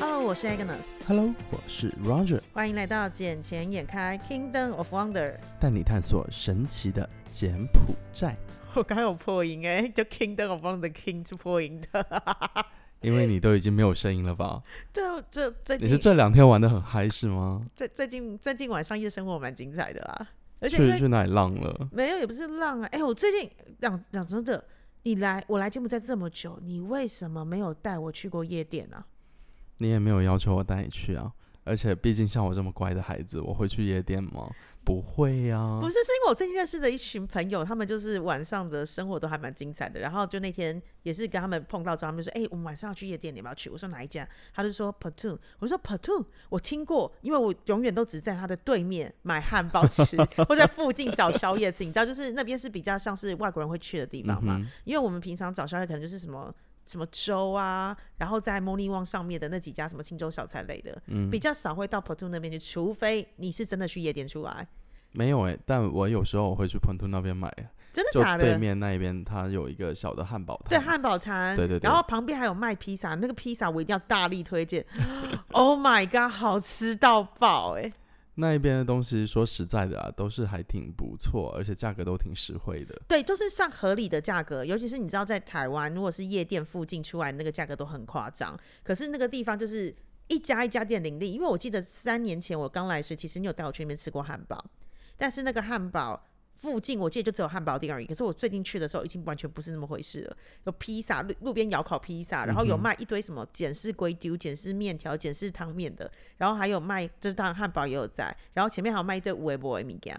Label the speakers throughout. Speaker 1: 哦我是 Agnes，
Speaker 2: Hello，我是 Roger，
Speaker 1: 欢迎来到《捡钱眼开 Kingdom of Wonder》。
Speaker 2: 带你探索神奇的柬埔寨。
Speaker 1: 我刚有破音哎、就 Kingdom of Wonder King 是破音的。
Speaker 2: 因为你都已经没有声音了吧？
Speaker 1: 啊就这最
Speaker 2: 你
Speaker 1: 近
Speaker 2: 是这两天玩的很嗨是吗？
Speaker 1: 最最近最近晚上夜生活蛮精彩的啦，而且因
Speaker 2: 去
Speaker 1: 为
Speaker 2: 去哪里浪了？
Speaker 1: 没有也不是浪啊，哎、我最近讲讲真的，你来我来柬埔寨这么久，你为什么没有带我去过夜店啊？
Speaker 2: 你也没有要求我带你去啊。而且毕竟像我这么乖的孩子，我会去夜店吗？不会啊呀、
Speaker 1: 不是，是因为我最近认识的一群朋友，他们就是晚上的生活都还蛮精彩的。然后就那天也是跟他们碰到之后，他们就说：“哎、我们晚上要去夜店，你要不要去？”我说：“哪一家？”他就说 p a t o o n 我说 p a t o o n 我听过，因为我永远都只在他的对面买汉堡 吃，或者在附近找宵夜吃。你知道，就是那边是比较像是外国人会去的地
Speaker 2: 嗯
Speaker 1: 方嘛。
Speaker 2: 哼，
Speaker 1: 因为我们平常找宵夜可能就是什么什么粥啊，然后在 Money Wang 上面的那几家什么青州小菜类的，
Speaker 2: 嗯
Speaker 1: 比较少会到 p a t o o n 那边去，除非你是真的去夜店出来。
Speaker 2: 没有哎、但我有时候我会去彭图那边买，啊
Speaker 1: 真的
Speaker 2: 就
Speaker 1: 假的？
Speaker 2: 对面那边它有一个小的汉堡
Speaker 1: 对
Speaker 2: 摊，
Speaker 1: 汉堡摊，
Speaker 2: 对对对
Speaker 1: 然后旁边还有卖披萨，那个披萨我一定要大力推荐 ，Oh my god，好吃到爆哎、
Speaker 2: 那一边的东西说实在的啊，都是还挺不错，而且价格都挺实惠的。
Speaker 1: 对，就是算合理的价格，尤其是你知道在台湾，如果是夜店附近出来，那个价格都很夸张。可是那个地方就是一家一家店林立，因为我记得三年前我刚来时，其实你有带我去那边吃过汉堡，但是那个汉堡。附近我记得就只有汉堡店而已，可是我最近去的时候已经完全不是那么回事了。有披萨，路路边窑烤披萨，然后
Speaker 2: 嗯
Speaker 1: 有卖一堆什么简式龟丢、简式面条、简式汤面的，然后还有卖，就是当然汉堡也有在，然后前面还有卖一堆五味博米羹，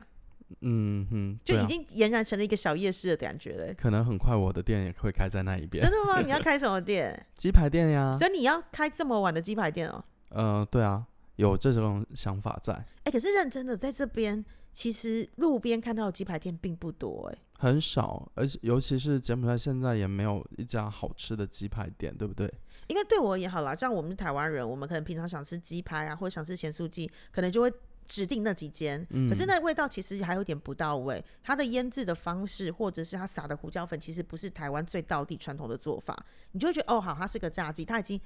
Speaker 2: 嗯哼，
Speaker 1: 啊就
Speaker 2: 对
Speaker 1: 已
Speaker 2: 啊，
Speaker 1: 经俨然成了一个小夜市的感觉了欸、
Speaker 2: 可能很快我的店也会开在那一边。啊
Speaker 1: 真的吗？你要开什么店？
Speaker 2: 鸡排店呀，
Speaker 1: 所以你要开这么晚的鸡排店哦。
Speaker 2: 呃，对啊，有这种想法在，
Speaker 1: 哎、可是认真的，在这边其实路边看到的鸡排店并不多哎、
Speaker 2: 很少，而且尤其是柬埔寨现在也没有一家好吃的鸡排店，对不对？
Speaker 1: 因为对我也好啦，像我们是台湾人，我们可能平常想吃鸡排啊，或者想吃咸酥鸡，可能就会指定那几间。
Speaker 2: 嗯
Speaker 1: 可是那味道其实还有点不到位，它的腌制的方式或者是它撒的胡椒粉，其实不是台湾最道地传统的做法，你就会觉得哦，好，它是个炸鸡，它已经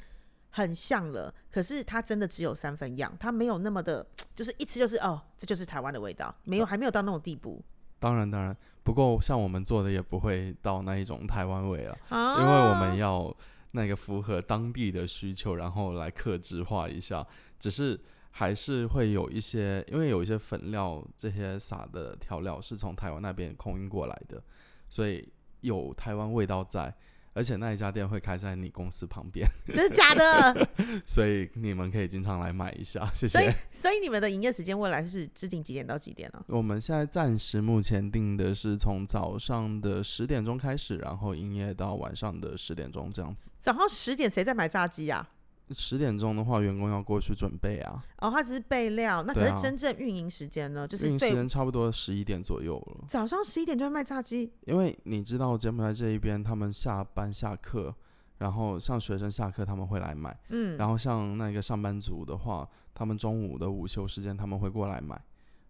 Speaker 1: 很像了。可是它真的只有三分样，它没有那么的，就是一吃就是哦，这就是台湾的味道，没有还没有到那种地步
Speaker 2: 当然，当然，不过像我们做的也不会到那一种台湾味了，
Speaker 1: 啊
Speaker 2: 因为我们要那个符合当地的需求，然后来克制化一下，只是。还是会有一些，因为有一些粉料这些撒的调料是从台湾那边空运过来的，所以有台湾味道在，而且那一家店会开在你公司旁边。
Speaker 1: 真的假的？
Speaker 2: 所以你们可以经常来买一下，谢
Speaker 1: 所以
Speaker 2: 谢。
Speaker 1: 所以你们的营业时间未来是制定几点到几点啊呢、
Speaker 2: 我们现在暂时目前定的是从早上的十点钟开始，然后营业到晚上的十点钟这样子。
Speaker 1: 早上十点谁在买炸鸡啊？
Speaker 2: 十点钟的话，员工要过去准备啊，
Speaker 1: 哦，它只是备料，那可
Speaker 2: 对
Speaker 1: 是
Speaker 2: 啊
Speaker 1: 真正运营时间呢？就
Speaker 2: 运
Speaker 1: 是
Speaker 2: 营时
Speaker 1: 对
Speaker 2: 间差不多十一点左右了。
Speaker 1: 早上十一点就会卖炸鸡，
Speaker 2: 因为你知道柬埔寨这一边，他们下班下课，然后像学生下课他们会来买，
Speaker 1: 嗯，
Speaker 2: 然后像那个上班族的话，他们中午的午休时间他们会过来买，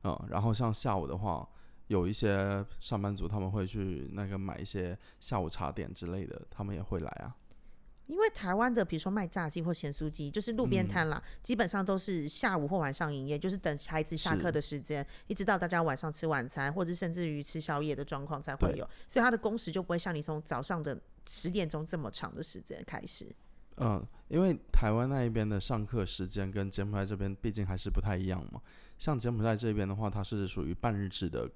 Speaker 2: 嗯，然后像下午的话，有一些上班族他们会去那个买一些下午茶点之类的，他们也会来啊。
Speaker 1: 因为台湾的比如说卖炸鸡或咸酥鸡，就是路边摊啦，
Speaker 2: 嗯
Speaker 1: 基本上都是下午或晚上营业，就是等孩子下
Speaker 2: 是
Speaker 1: 课的时间，一直到大家晚上吃晚餐，或者甚至于吃宵夜的状况才会
Speaker 2: 对
Speaker 1: 有，所以它的工时就不会像你从早上的十点钟这么长的时间开始。
Speaker 2: 嗯，因为台湾那一边的上课时间跟柬埔寨这边毕竟还是不太一样嘛。像柬埔寨这边的话，它是属于半日制的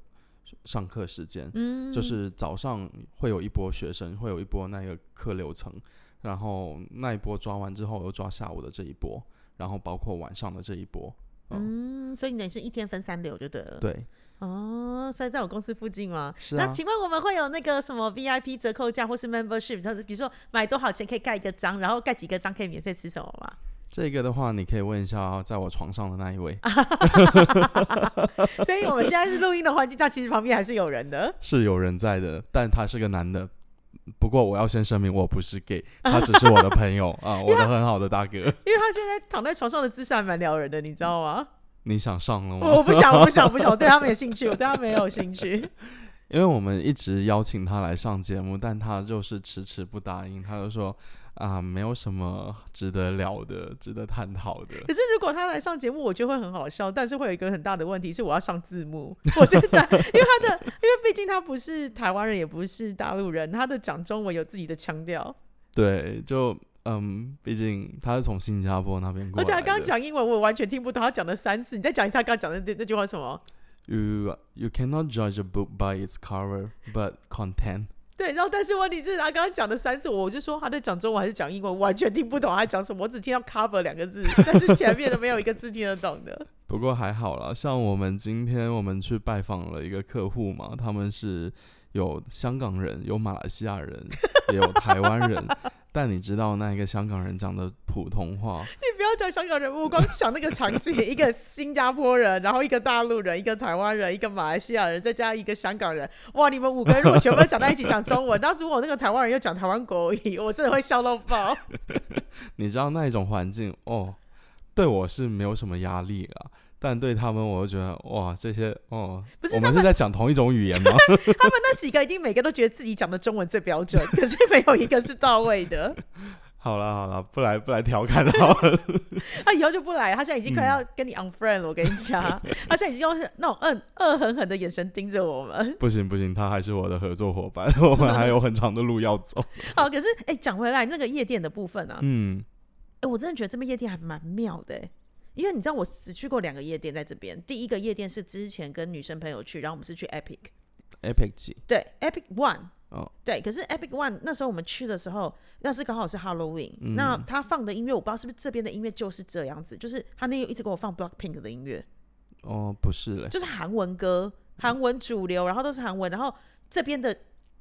Speaker 2: 上课时间，
Speaker 1: 嗯
Speaker 2: 就是早上会有一波学生，会有一波那个客流层，然后那一波抓完之后，又抓下午的这一波，然后包括晚上的这一波。嗯，
Speaker 1: 嗯，所以你等于是一天分三流就对了。
Speaker 2: 对，
Speaker 1: 哦，所以在我公司附近吗？
Speaker 2: 是
Speaker 1: 那
Speaker 2: 啊
Speaker 1: 请问我们会有那个什么 VIP 折扣价或是 membership，就是比如说买多少钱可以盖一个章，然后盖几个章可以免费吃什么吗？
Speaker 2: 这个的话，你可以问一下在我床上的那一位。
Speaker 1: 所以我们现在是录音的环境下，其实旁边还是有人的。
Speaker 2: 是有人在的，但他是个男的。不过我要先声明，我不是 gay，他只是我的朋友啊，我的很好的大哥。
Speaker 1: 因为他现在躺在床上的姿势还蛮撩人的，你知道吗？
Speaker 2: 你想上了
Speaker 1: 我
Speaker 2: 吗？
Speaker 1: 不想，我不想，我不想，我对他没有兴趣，我对他没有兴趣。
Speaker 2: 因为我们一直邀请他来上节目，但他就是迟迟不答应，他就说啊、没有什么值得聊的、值得探讨的。
Speaker 1: 可是如果他来上节目，我觉得会很好笑，但是会有一个很大的问题是我要上字幕。我现在因为他的，因为毕竟他不是台湾人，也不是大陆人，他的讲中文有自己的腔调，
Speaker 2: 对，就嗯，毕竟他是从新加坡那边过
Speaker 1: 而
Speaker 2: 来
Speaker 1: 且
Speaker 2: 的。
Speaker 1: 他刚刚讲英文，我完全听不懂，他讲了三次。你再讲一下他刚刚讲的那那句话是什么？
Speaker 2: ，You you cannot judge a book by its cover, but content。
Speaker 1: 对，然后但是问题是，他刚刚讲了三次，我就说他在讲中文还是讲英文，我完全听不懂他讲什么，我只听到 cover 两个字， 但是前面的没有一个字听得懂的。
Speaker 2: 不过还好啦，像我们今天我们去拜访了一个客户嘛，他们是有香港人，有马来西亚人，也有台湾 人。但你知道那一个香港人讲的普通话，
Speaker 1: 你不要讲香港人物，我光想那个场景，一个新加坡人，然后一个大陆人，一个台湾人，一个马来西亚人，再加一个香港人，哇！你们五个人如果全部讲在一起讲中文，然后如果那个台湾人又讲台湾国语，我真的会笑到爆。
Speaker 2: 你知道那一种环境哦，对我是没有什么压力啦。但对他们，我就觉得哇，这些哦，
Speaker 1: 不是
Speaker 2: 我
Speaker 1: 他
Speaker 2: 们是在讲同一种语 言吗？
Speaker 1: 他们那几个一定每个都觉得自己讲的中文最标准，可是没有一个是到位的。
Speaker 2: 好啦好啦，不来不来调侃好了。
Speaker 1: 他啊以后就不来了，他现在已经快要跟你 unfriend 了。我跟你讲，他现在已经用那种恶恶狠狠的眼神盯着我们。
Speaker 2: 不行不行，他还是我的合作伙 伴，我们还有很长的路要走。
Speaker 1: 好，可是哎，讲回来那个夜店的部分啊，
Speaker 2: 嗯，
Speaker 1: 哎、我真的觉得这边夜店还蛮妙的、欸，因为你知道我只去过两个夜店在这边，第一个夜店是之前跟女生朋友去，然后我们是去 Epic，
Speaker 2: epic 级
Speaker 1: 对，Epic One。
Speaker 2: 哦，
Speaker 1: 对，可是 Epic One 那时候我们去的时候，那是刚好是 Halloween，、那
Speaker 2: 嗯
Speaker 1: 他放的音乐我不知道是不是这边的音乐就是这样子，就是他那一直给我放 Blackpink 的音乐，
Speaker 2: 哦，不是嘞，
Speaker 1: 就是韩文歌、韩文主流，然后都是韩文，然后这边的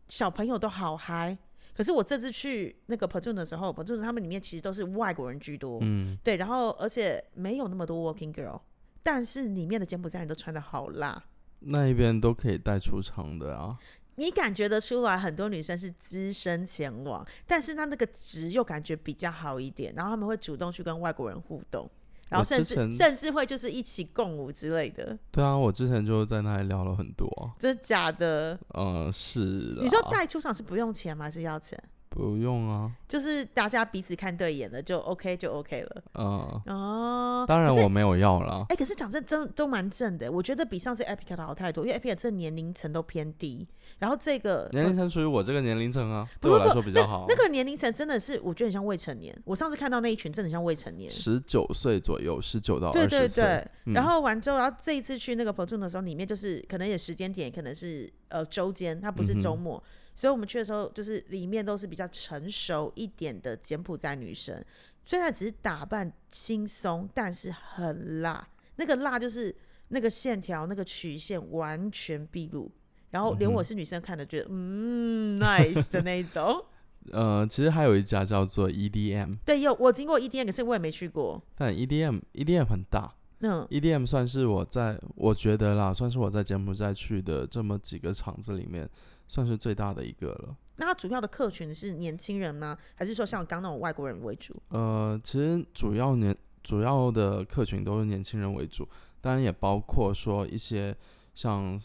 Speaker 1: 小朋友都好嗨。可是我这次去那个 p e t u n 的时候 p e t u n 他们里面其实都是外国人居多，
Speaker 2: 嗯，
Speaker 1: 对，然后而且没有那么多 working girl，但是里面的柬埔寨人都穿的好辣，
Speaker 2: 那一边都可以带出场的啊。
Speaker 1: 你感觉得出来很多女生是只身前往，但是她那个值又感觉比较好一点，然后他们会主动去跟外国人互动，然后
Speaker 2: 我
Speaker 1: 甚
Speaker 2: 之
Speaker 1: 至
Speaker 2: 前
Speaker 1: 甚至会就是一起共舞之类的，
Speaker 2: 对啊，我之前就在那里聊了很多啊。
Speaker 1: 真的假的？
Speaker 2: 嗯、是啦。
Speaker 1: 你说带出场是不用钱吗？还是要钱？
Speaker 2: 不用啊？
Speaker 1: 就是大家彼此看对眼了，就 OK 就 OK 了
Speaker 2: 嗯、
Speaker 1: 哦。
Speaker 2: 当然
Speaker 1: 可是
Speaker 2: 我没有要啦。
Speaker 1: 哎、可是讲真，真都蛮正的。我觉得比上次 Epic 的好太多，因为 Epic 这年龄层都偏低，然后这个
Speaker 2: 年龄层属于我这个年龄层啊，
Speaker 1: 不
Speaker 2: 对我
Speaker 1: 不
Speaker 2: 来
Speaker 1: 不
Speaker 2: 说比较好啊。
Speaker 1: 那个年龄层真的是，我觉得很像未成年。我上次看到那一群真的很像未成年。
Speaker 2: 十九岁左右，十九到
Speaker 1: 对
Speaker 2: 二
Speaker 1: 对
Speaker 2: 十岁。
Speaker 1: 对，
Speaker 2: 嗯
Speaker 1: 然后完之后，然后这一次去那个 p o t u n 的时候，里面就是可能也时间点，可能是呃周间，它不是周
Speaker 2: 嗯哼
Speaker 1: 末，所以我们去的时候就是里面都是比较成熟一点的柬埔寨女生，虽然只是打扮轻松，但是很辣，那个辣就是那个线条、那个曲线完全毕露，然
Speaker 2: 嗯
Speaker 1: 后连我是女生看了觉得嗯 nice 的那一种。
Speaker 2: 呃，其实还有一家叫做 EDM，
Speaker 1: 对，有我经过 E EDM，可是我也没去过。
Speaker 2: 但 E EDM EDM 很大
Speaker 1: 嗯，
Speaker 2: ，EDM 算是我在我觉得啦，算是我在柬埔寨去的这么几个场子里面，算是最大的一个了。
Speaker 1: 那它主要的客群是年轻人吗？还是说像刚那种外国人为主？
Speaker 2: 呃，其实主要年主要的客群都是年轻人为主，当然也包括说一些像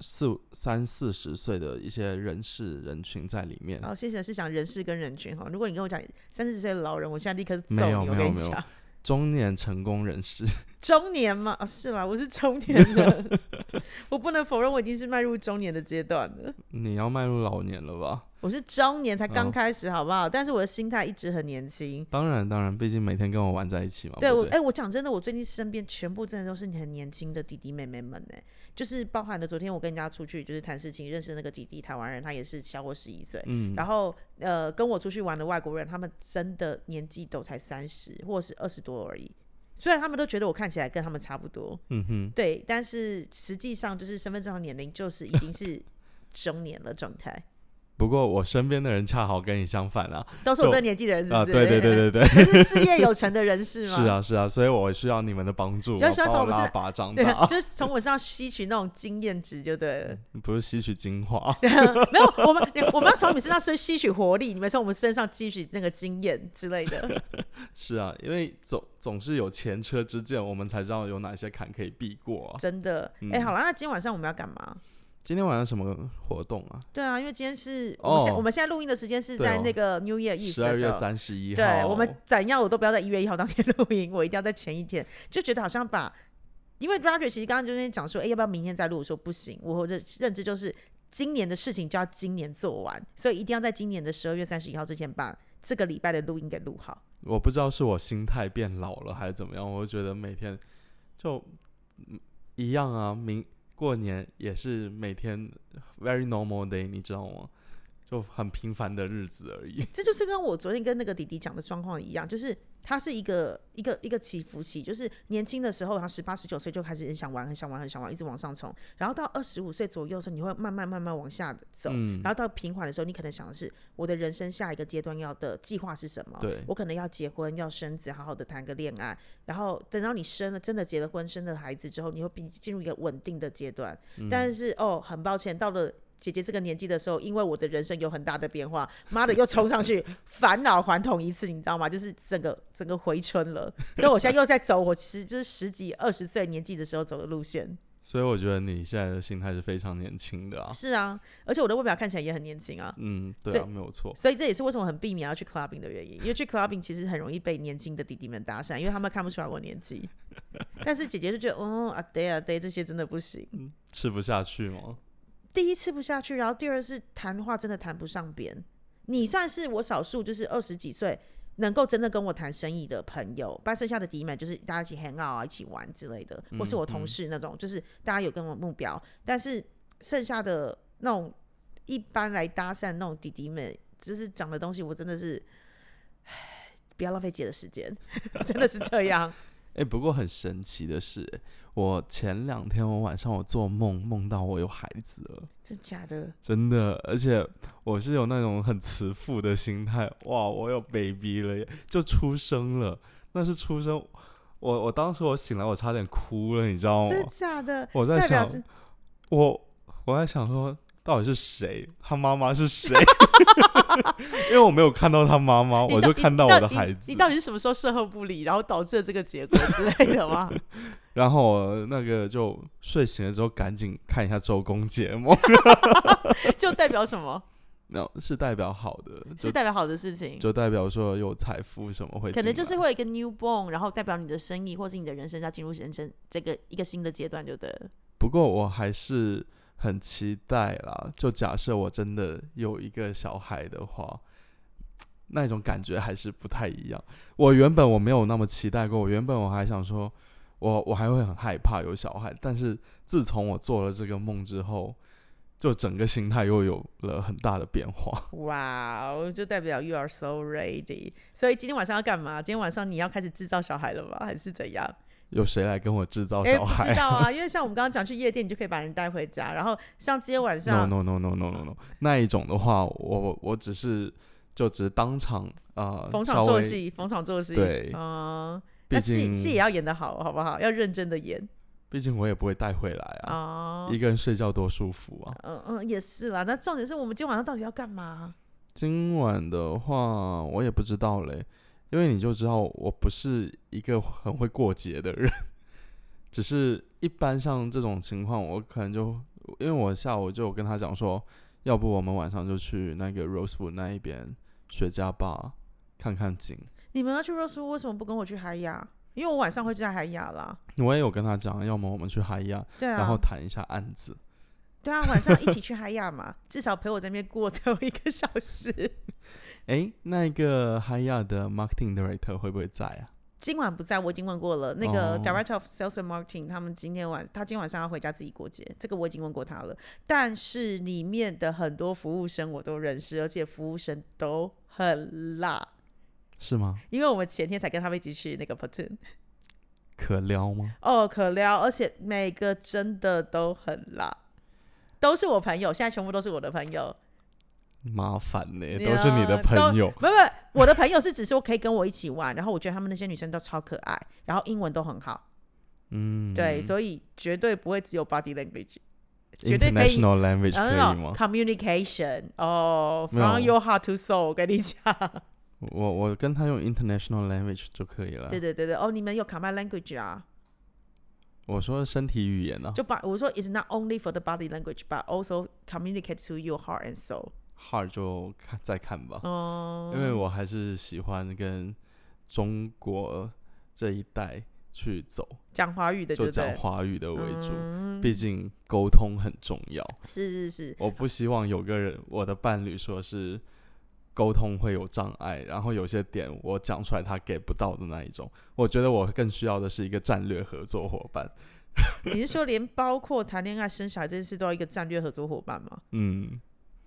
Speaker 2: 四五三四十岁的一些人士人群在里面。
Speaker 1: 哦，谢谢是想人事跟人群哈。如果你跟我讲三四十岁的老人，我现在立刻揍你！
Speaker 2: 没有
Speaker 1: 我
Speaker 2: 没有
Speaker 1: 跟你
Speaker 2: 没有
Speaker 1: 讲，
Speaker 2: 中年成功人士，
Speaker 1: 中年嘛，啊、是啦，我是中年人， 我不能否认我已经是迈入中年的阶段了。
Speaker 2: 你要迈入老年了吧？
Speaker 1: 我是中年才刚
Speaker 2: 哦
Speaker 1: 开始，好不好？但是我的心态一直很年轻。
Speaker 2: 当然当然，毕竟每天跟我玩在一起嘛。
Speaker 1: 对
Speaker 2: 哦不
Speaker 1: 我，哎、我讲真的，我最近身边全部真的都是很年轻的弟弟妹妹们，哎，就是包含了昨天我跟人家出去就是谈事情，认识那个弟弟台湾人，他也是小我十一岁，
Speaker 2: 嗯，
Speaker 1: 然后呃跟我出去玩的外国人，他们真的年纪都才三十或者是二十多而已，虽然他们都觉得我看起来跟他们差不多，
Speaker 2: 嗯哼，
Speaker 1: 对，但是实际上就是身份证上年龄就是已经是中年了状态，
Speaker 2: 不过我身边的人恰好跟你相反啊，
Speaker 1: 都是我这个年纪的人，是
Speaker 2: 啊，
Speaker 1: 不是？
Speaker 2: 对对对 对对，
Speaker 1: 可是事业有成的人士吗？
Speaker 2: 是啊是啊，所以我需要你们的帮助，
Speaker 1: 就
Speaker 2: 要
Speaker 1: 是说
Speaker 2: 帮
Speaker 1: 我
Speaker 2: 我
Speaker 1: 们是
Speaker 2: 拉拔长
Speaker 1: 对，
Speaker 2: 大，
Speaker 1: 就是从我身上吸取那种经验值就对了。
Speaker 2: 不是吸取精华。
Speaker 1: 没有，我们我们要从你们身上吸吸取活力，你们从我们身上吸取那个经验之类 的。
Speaker 2: 是啊，因为总总是有前车之鉴，我们才知道有哪些坎可以避过、啊。
Speaker 1: 真的，哎、好了，那今天晚上我们要干嘛？
Speaker 2: 今天晚上什么活动啊？
Speaker 1: 对啊，因为今天是我们现、
Speaker 2: 哦
Speaker 1: 我们现在录音的时间是
Speaker 2: 对
Speaker 1: 在
Speaker 2: 哦
Speaker 1: 那个 New Year Eve
Speaker 2: 十二
Speaker 1: 的时
Speaker 2: 月
Speaker 1: 候。
Speaker 2: 三十一号，哦
Speaker 1: 对我们怎样我都不要在一月一号当天 录音，我一定要在前一天，就觉得好像把，因为 Roger 其实刚刚就是讲说，哎、要不要明天再录？我说不行，我的认知就是今年的事情就要今年做完，所以一定要在今年的十二月三十一号之前把这个礼拜的录音给录好。
Speaker 2: 我不知道是我心态变老了还是怎么样，我就觉得每天就嗯一样啊，明过年也是每天 very normal day，你知道吗？就很平凡的日子而已。
Speaker 1: 这就是跟我昨天跟那个弟弟讲的状况一样，就是他是一个一个一个起伏期，就是年轻的时候，然后十八十九岁就开始很想玩，很想玩，很想玩，一直往上冲，然后到二十五岁左右的时候，你会慢慢慢慢往下走，
Speaker 2: 嗯，
Speaker 1: 然后到平缓的时候，你可能想的是我的人生下一个阶段要的计划是什么？
Speaker 2: 对
Speaker 1: 我可能要结婚，要生子，好好的谈个恋爱。然后等到你生了，真的结了婚，生了孩子之后，你会并进入一个稳定的阶段。
Speaker 2: 嗯
Speaker 1: 但是哦，很抱歉，到了。姐姐这个年纪的时候，因为我的人生有很大的变化，妈的又冲上去， 返老还童一次，你知道吗？就是整个整个回春了，所以我现在又在走我其实就是十几二十岁年纪的时候走的路线。
Speaker 2: 所以我觉得你现在的心态是非常年轻的啊。
Speaker 1: 是啊，而且我的外表看起来也很年轻啊。
Speaker 2: 嗯，对
Speaker 1: 这
Speaker 2: 啊，没有错。
Speaker 1: 所以这也是为什么很避免要去 clubbing 的原因，因为去 clubbing 其实很容易被年轻的弟弟们搭讪，因为他们看不出来我年纪。但是姐姐就觉得，哦啊对啊对，这些真的不行。
Speaker 2: 吃不下去吗？
Speaker 1: 第一吃不下去，然后第二是谈话真的谈不上边。你算是我少数，就是二十几岁能够真的跟我谈生意的朋友，把剩下的弟弟们就是大家一起 hang out 啊，一起玩之类的，
Speaker 2: 嗯
Speaker 1: 或是我同事那种，就是大家有跟我目标，但是剩下的那种一般来搭讪那种弟弟们，就是讲的东西，我真的是，唉不要浪费姐的时间， 真的是这 样。
Speaker 2: 哎、不过很神奇的是欸，我前两天我晚上我做梦，梦到我有孩子了。
Speaker 1: 真假的？
Speaker 2: 真的，而且我是有那种很慈父的心态，哇，我有 baby 了耶，就出生了，那是出生，我我当时我醒来，我差点哭了，你知道吗？
Speaker 1: 真假的？
Speaker 2: 哦我在
Speaker 1: 代
Speaker 2: 想
Speaker 1: 表，是
Speaker 2: 我我在想说，到底是谁？他妈妈是谁？ 因为我没有看到他妈妈，
Speaker 1: 你
Speaker 2: 哦我就
Speaker 1: 你
Speaker 2: 看到我
Speaker 1: 到
Speaker 2: 的
Speaker 1: 底
Speaker 2: 孩
Speaker 1: 你
Speaker 2: 子。
Speaker 1: 到底是什么时候售后不理，然后导致了这个结果之类的吗？
Speaker 2: 然后我那个就睡醒了之后，赶紧看一下周公解 梦，
Speaker 1: 就代表什么？
Speaker 2: 那、是代表好的，
Speaker 1: 是
Speaker 2: 就
Speaker 1: 代表好的事情，
Speaker 2: 就代表说有财富什么会进来，
Speaker 1: 可能就是会有一个 newborn，然后代表你的生意或是你的人生要进入人生这个一个新的阶段，就对了。
Speaker 2: 不过我还是很期待啦。就假设我真的有一个小孩的话，那种感觉还是不太一样。我原本我没有那么期待过，我原本我还想说，我我还会很害怕有小孩。但是自从我做了这个梦之后，就整个心态又有了很大的变化。
Speaker 1: 哇哦，就代表 you are so ready。所以今天晚上要干嘛？今天晚上你要开始制造小孩了吗？还是怎样？
Speaker 2: 有谁来跟我制造
Speaker 1: 哎，
Speaker 2: 小
Speaker 1: 不
Speaker 2: 孩
Speaker 1: 知 道啊，因为像我们刚刚讲去夜店，你就可以把人带回家。然后像今天晚
Speaker 2: No
Speaker 1: 上
Speaker 2: no no no no no no，那一种的话，我我我只是就只是当场呃，
Speaker 1: 逢
Speaker 2: 稍
Speaker 1: 场作
Speaker 2: 微，
Speaker 1: 戏，逢场作戏，
Speaker 2: 对
Speaker 1: 嗯，
Speaker 2: 毕
Speaker 1: 那戏
Speaker 2: 竟
Speaker 1: 戏也要演得好，好不好？要认真的演
Speaker 2: 毕竟我也不会带回来啊，
Speaker 1: 哦。
Speaker 2: 一个人睡觉多舒服啊。
Speaker 1: 嗯嗯，也是啦。那重点是我们今天晚上到底要干嘛？
Speaker 2: 今晚的话，我也不知道嘞，因为你就知道我不是一个很会过节的人，只是一般像这种情况，我可能就因为我下午就有跟他讲说，要不我们晚上就去那个 Rosewood 那一边雪茄吧看看景。
Speaker 1: 你们要去若苏，为什么不跟我去海雅？因为我晚上会去在海雅啦。
Speaker 2: 我也有跟他讲，要么我们去海亚，
Speaker 1: 对啊，
Speaker 2: 然后谈一下案子。
Speaker 1: 对啊，晚上一起去海雅 嘛，至少陪我在那边过最后一个小时。
Speaker 2: 诶，那个海亚的 marketing director 会不会在啊？
Speaker 1: 今晚不在，我已经问过了。那个
Speaker 2: 哦
Speaker 1: Director of Sales and Marketing，他们今天晚他今天晚上要回家自己过节，这个我已经问过他了。但是里面的很多服务生我都认识，而且服务生都很辣，
Speaker 2: 是吗？
Speaker 1: 因为我们前天才跟他们一起去那个 Platoon。
Speaker 2: 可撩吗？
Speaker 1: 哦，可撩，而且每个真的都很辣，都是我朋友，现在全部都是我的朋友，
Speaker 2: 麻烦呢、
Speaker 1: 对啊
Speaker 2: 都是你的朋友。
Speaker 1: 不不，我的朋友是只是可以跟我一起玩，然后我觉得他们那些女生都超可爱，然后英文都很好，
Speaker 2: 嗯，
Speaker 1: 对，所以绝对不会只有 body language，绝对可以。
Speaker 2: ，international language 可以
Speaker 1: no
Speaker 2: 吗？
Speaker 1: communication 哦、f
Speaker 2: 没
Speaker 1: r
Speaker 2: 有
Speaker 1: o m your heart to soul，我跟你讲，
Speaker 2: 我我跟他用 international language 就可以了
Speaker 1: 对。对对对，哦，你们有 common language 啊？
Speaker 2: 我说身体语言呢、
Speaker 1: 就把我说 is not only for the body language but also communicate to your heart and soul。
Speaker 2: h a r d 就看再看吧，
Speaker 1: 哦、
Speaker 2: 因为我还是喜欢跟中国这一代去走，
Speaker 1: 讲华语的
Speaker 2: 就
Speaker 1: 对不对
Speaker 2: 讲华语的为主，
Speaker 1: 嗯
Speaker 2: 毕竟沟通很重要。
Speaker 1: 是是是，
Speaker 2: 我不希望有个人，我的伴侣说是沟通会有障碍，然后有些点我讲出来他给不到的那一种。我觉得我更需要的是一个战略合作伙伴。
Speaker 1: 你是说连包括谈恋爱、生小孩这件事都要一个战略合作伙伴吗？
Speaker 2: 嗯，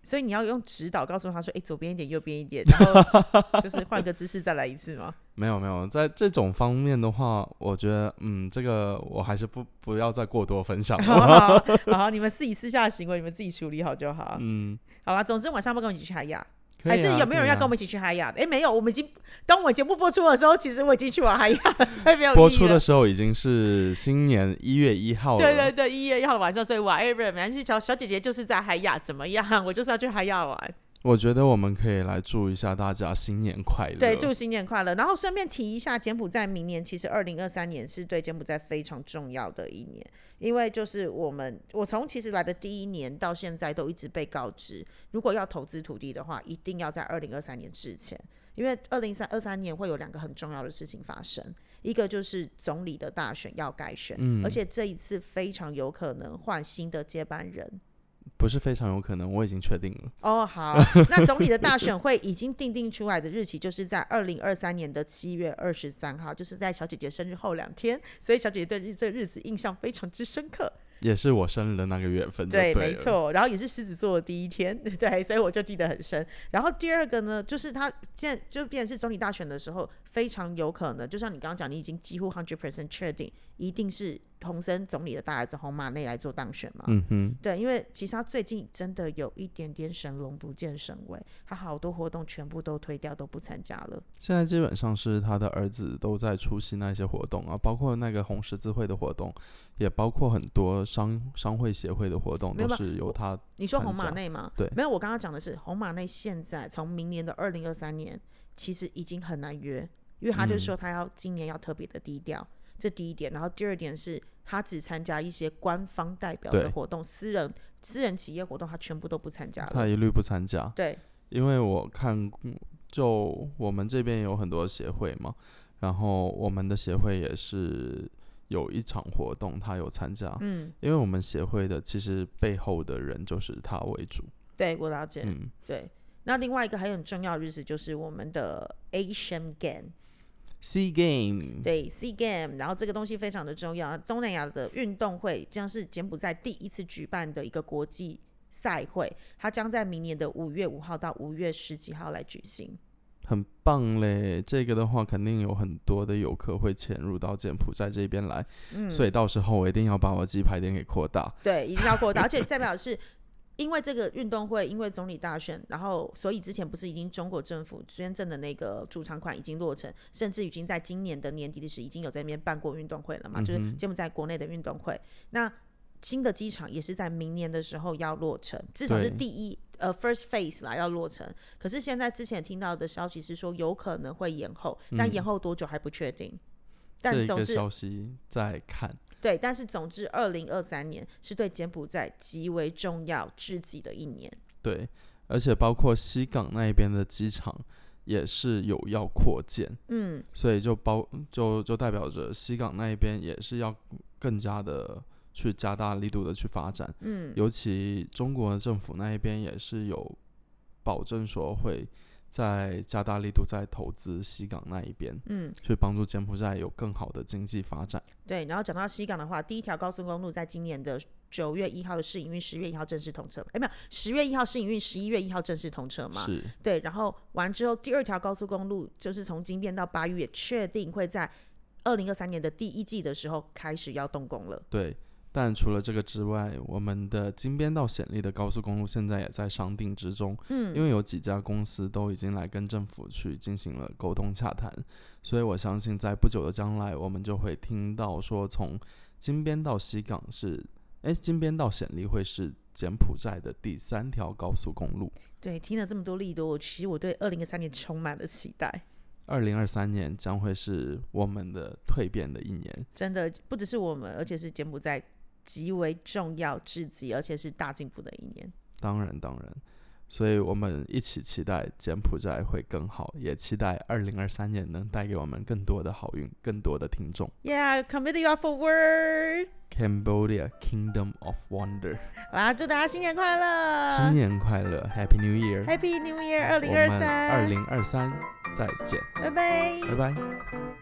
Speaker 1: 所以你要用指导告诉他说：“哎、左边一点，右边一点，然后 就是换个姿势再来一次 吗
Speaker 2: 没有没有，在这种方面的话，我觉得嗯，这个我还是不不要再过多分？”享
Speaker 1: 好
Speaker 2: 了。
Speaker 1: 好好好，你们自己私下的行为，你们自己处理好就好。
Speaker 2: 嗯，
Speaker 1: 好啦，总之晚上要不要跟我一起去海雅？
Speaker 2: 可以
Speaker 1: 还
Speaker 2: 啊
Speaker 1: 是有没有人要跟我
Speaker 2: 可以
Speaker 1: 们一起去嗨呀？哎、没有，我们已经当我节目播出的时候，其实我已经去玩嗨呀了，所以没有
Speaker 2: 啊播
Speaker 1: 意义
Speaker 2: 出
Speaker 1: 了
Speaker 2: 的时候已经是新年一月一号了。
Speaker 1: 对对对，一月一号的晚哎上，所以 whatever，反正小小姐姐就是在嗨呀，怎么样？ 我就是要去嗨呀玩。
Speaker 2: 我觉得我们可以来祝一下大家新年快乐。
Speaker 1: 对，祝新年快乐。然后顺便提一下，柬埔寨明年其实二零二三年是对柬埔寨非常重要的一年，因为就是我们我从其实来的第一年到现在都一直被告知，如果要投资土地的话，一定要在二零二三年之前，因为二零三二三年会有两个很重要的事情发生，一个就是总理的大选要改选，而且这一次非常有可能换新的接班人。
Speaker 2: 不是非常有可能，我已经确定了。
Speaker 1: 哦，好，那总理的大选会已经定定出来的日期就是在二零二三年的七月二十三号，就是在小姐姐生日后两天，所以小姐姐对日这个日子印象非常之深刻。
Speaker 2: 也是我生日的那个月份就
Speaker 1: 对，
Speaker 2: 对，
Speaker 1: 没。错，然后也是狮子座的第一天， 对，所以我就记得很深。然后第二个呢，就是他现在就变成是总理大选的时候，非常有可能，就像你刚刚讲，你已经几乎 hundred percent 确定，一定是洪森总理的大儿子洪马内来做当选嘛。
Speaker 2: 嗯哼，
Speaker 1: 对，因为其实他最近真的有一点点神龙不见神尾，他好多活动全部都推掉，都不参加了。
Speaker 2: 现在基本上是他的儿子都在出席那些活动啊，包括那个红十字会的活动，也包括很多商商会协会的活动，
Speaker 1: 没有
Speaker 2: 都
Speaker 1: 吧
Speaker 2: 是由他
Speaker 1: 你说
Speaker 2: 参
Speaker 1: 红马
Speaker 2: 加
Speaker 1: 内吗？
Speaker 2: 对
Speaker 1: 没有，我刚刚讲的是红马内现在从明年的二零二三年，其实已经很难约，因为他
Speaker 2: 嗯
Speaker 1: 就说他要、今年要特别的低调，这第一点。然后第二点是他只参加一些官方代表的
Speaker 2: 对
Speaker 1: 活动，私人私人企业活动他全部都不参加
Speaker 2: 他
Speaker 1: 了。
Speaker 2: 一律不参加，
Speaker 1: 对，
Speaker 2: 因为我看就我们这边有很多协会嘛，然后我们的协会也是有一场活动他有参加，
Speaker 1: 嗯，
Speaker 2: 因为我们协会的其实背后的人就是他为主，
Speaker 1: 对我了解。
Speaker 2: 嗯，
Speaker 1: 对，那另外一个还有很重要的日子就是我们的 Asian Game。
Speaker 2: C Game，
Speaker 1: 对 C Game，然后这个东西非常的重要。东南亚的运动会将是柬埔寨第一次举办的一个国际赛会，它将在明年的五月五号到五月十几号来举行。
Speaker 2: 很棒嘞！这个的话，肯定有很多的游客会潜入到柬埔寨这边来，
Speaker 1: 嗯，
Speaker 2: 所以到时候我一定要把我鸡排店给扩大。
Speaker 1: 对，一定要 扩大，而且代表是。因为这个运动会，因为总理大选，然后所以之前不是已经中国政府捐赠的那个驻场款已经落成，甚至已经在今年的年底的时候已经有在那边办过运动会了嘛，
Speaker 2: 嗯
Speaker 1: 就是柬埔寨国内的运动会。那新的机场也是在明年的时候要落成，至少是
Speaker 2: 对
Speaker 1: 第一呃 first phase 啦要落成。可是现在之前听到的消息是说有可能会延后，但延后多久还不确定。
Speaker 2: 嗯这
Speaker 1: 但
Speaker 2: 一
Speaker 1: 总
Speaker 2: 个
Speaker 1: 之
Speaker 2: 消息再看，
Speaker 1: 对，但是总之，二零二三年是对柬埔寨极为重要至极的一年。
Speaker 2: 对，而且包括西港那边的机场也是有要扩建，
Speaker 1: 嗯，
Speaker 2: 所以就包就就代表着西港那一边也是要更加的去加大力度的去发展，嗯，尤其中国政府那一边也是有保证说会在加大力度在投资西港那一边，
Speaker 1: 嗯，
Speaker 2: 去帮助柬埔寨有更好的经济发展。
Speaker 1: 对。然后讲到西港的话，第一条高速公路在今年的九月一号的试营运，十月一号正式通车。哎，没有，十月一号试营运，十一月一号正式通车嘛？
Speaker 2: 是，
Speaker 1: 对。然后完之后，第二条高速公路就是从金边到巴育，也确定会在二零二三年的第一季的时候开始要动工了。
Speaker 2: 对。但除了这个之外，我们的金边到暹粒的高速公路现在也在商定之中，
Speaker 1: 嗯，
Speaker 2: 因为有几家公司都已经来跟政府去进行了沟通洽谈，所以我相信在不久的将来，我们就会听到说从金边到西港是，哎，金边到暹粒会是柬埔寨的第三条高速公路。
Speaker 1: 对，听了这么多利多，我其实我对二零二三年充满了期待。
Speaker 2: 二零二三年将会是我们的蜕变的一年。
Speaker 1: 真的不只是我们，而且是柬埔寨极为重要至极，而且是大进步的一年。
Speaker 2: 当然，当然，所以我们一起期待柬埔寨会更好，也期待二零二三年能带给我们更多的好运，更多的听众。
Speaker 1: Yeah, committee of a word。
Speaker 2: Cambodia Kingdom of Wonder，、
Speaker 1: 好啦，祝大家新年快
Speaker 2: 新
Speaker 1: 乐
Speaker 2: 年快乐，Happy New Year！
Speaker 1: ，Happy New Year 二
Speaker 2: 我
Speaker 1: 零二
Speaker 2: 们二
Speaker 1: 三，
Speaker 2: 零二三再见，
Speaker 1: 拜拜
Speaker 2: 拜拜。
Speaker 1: 拜。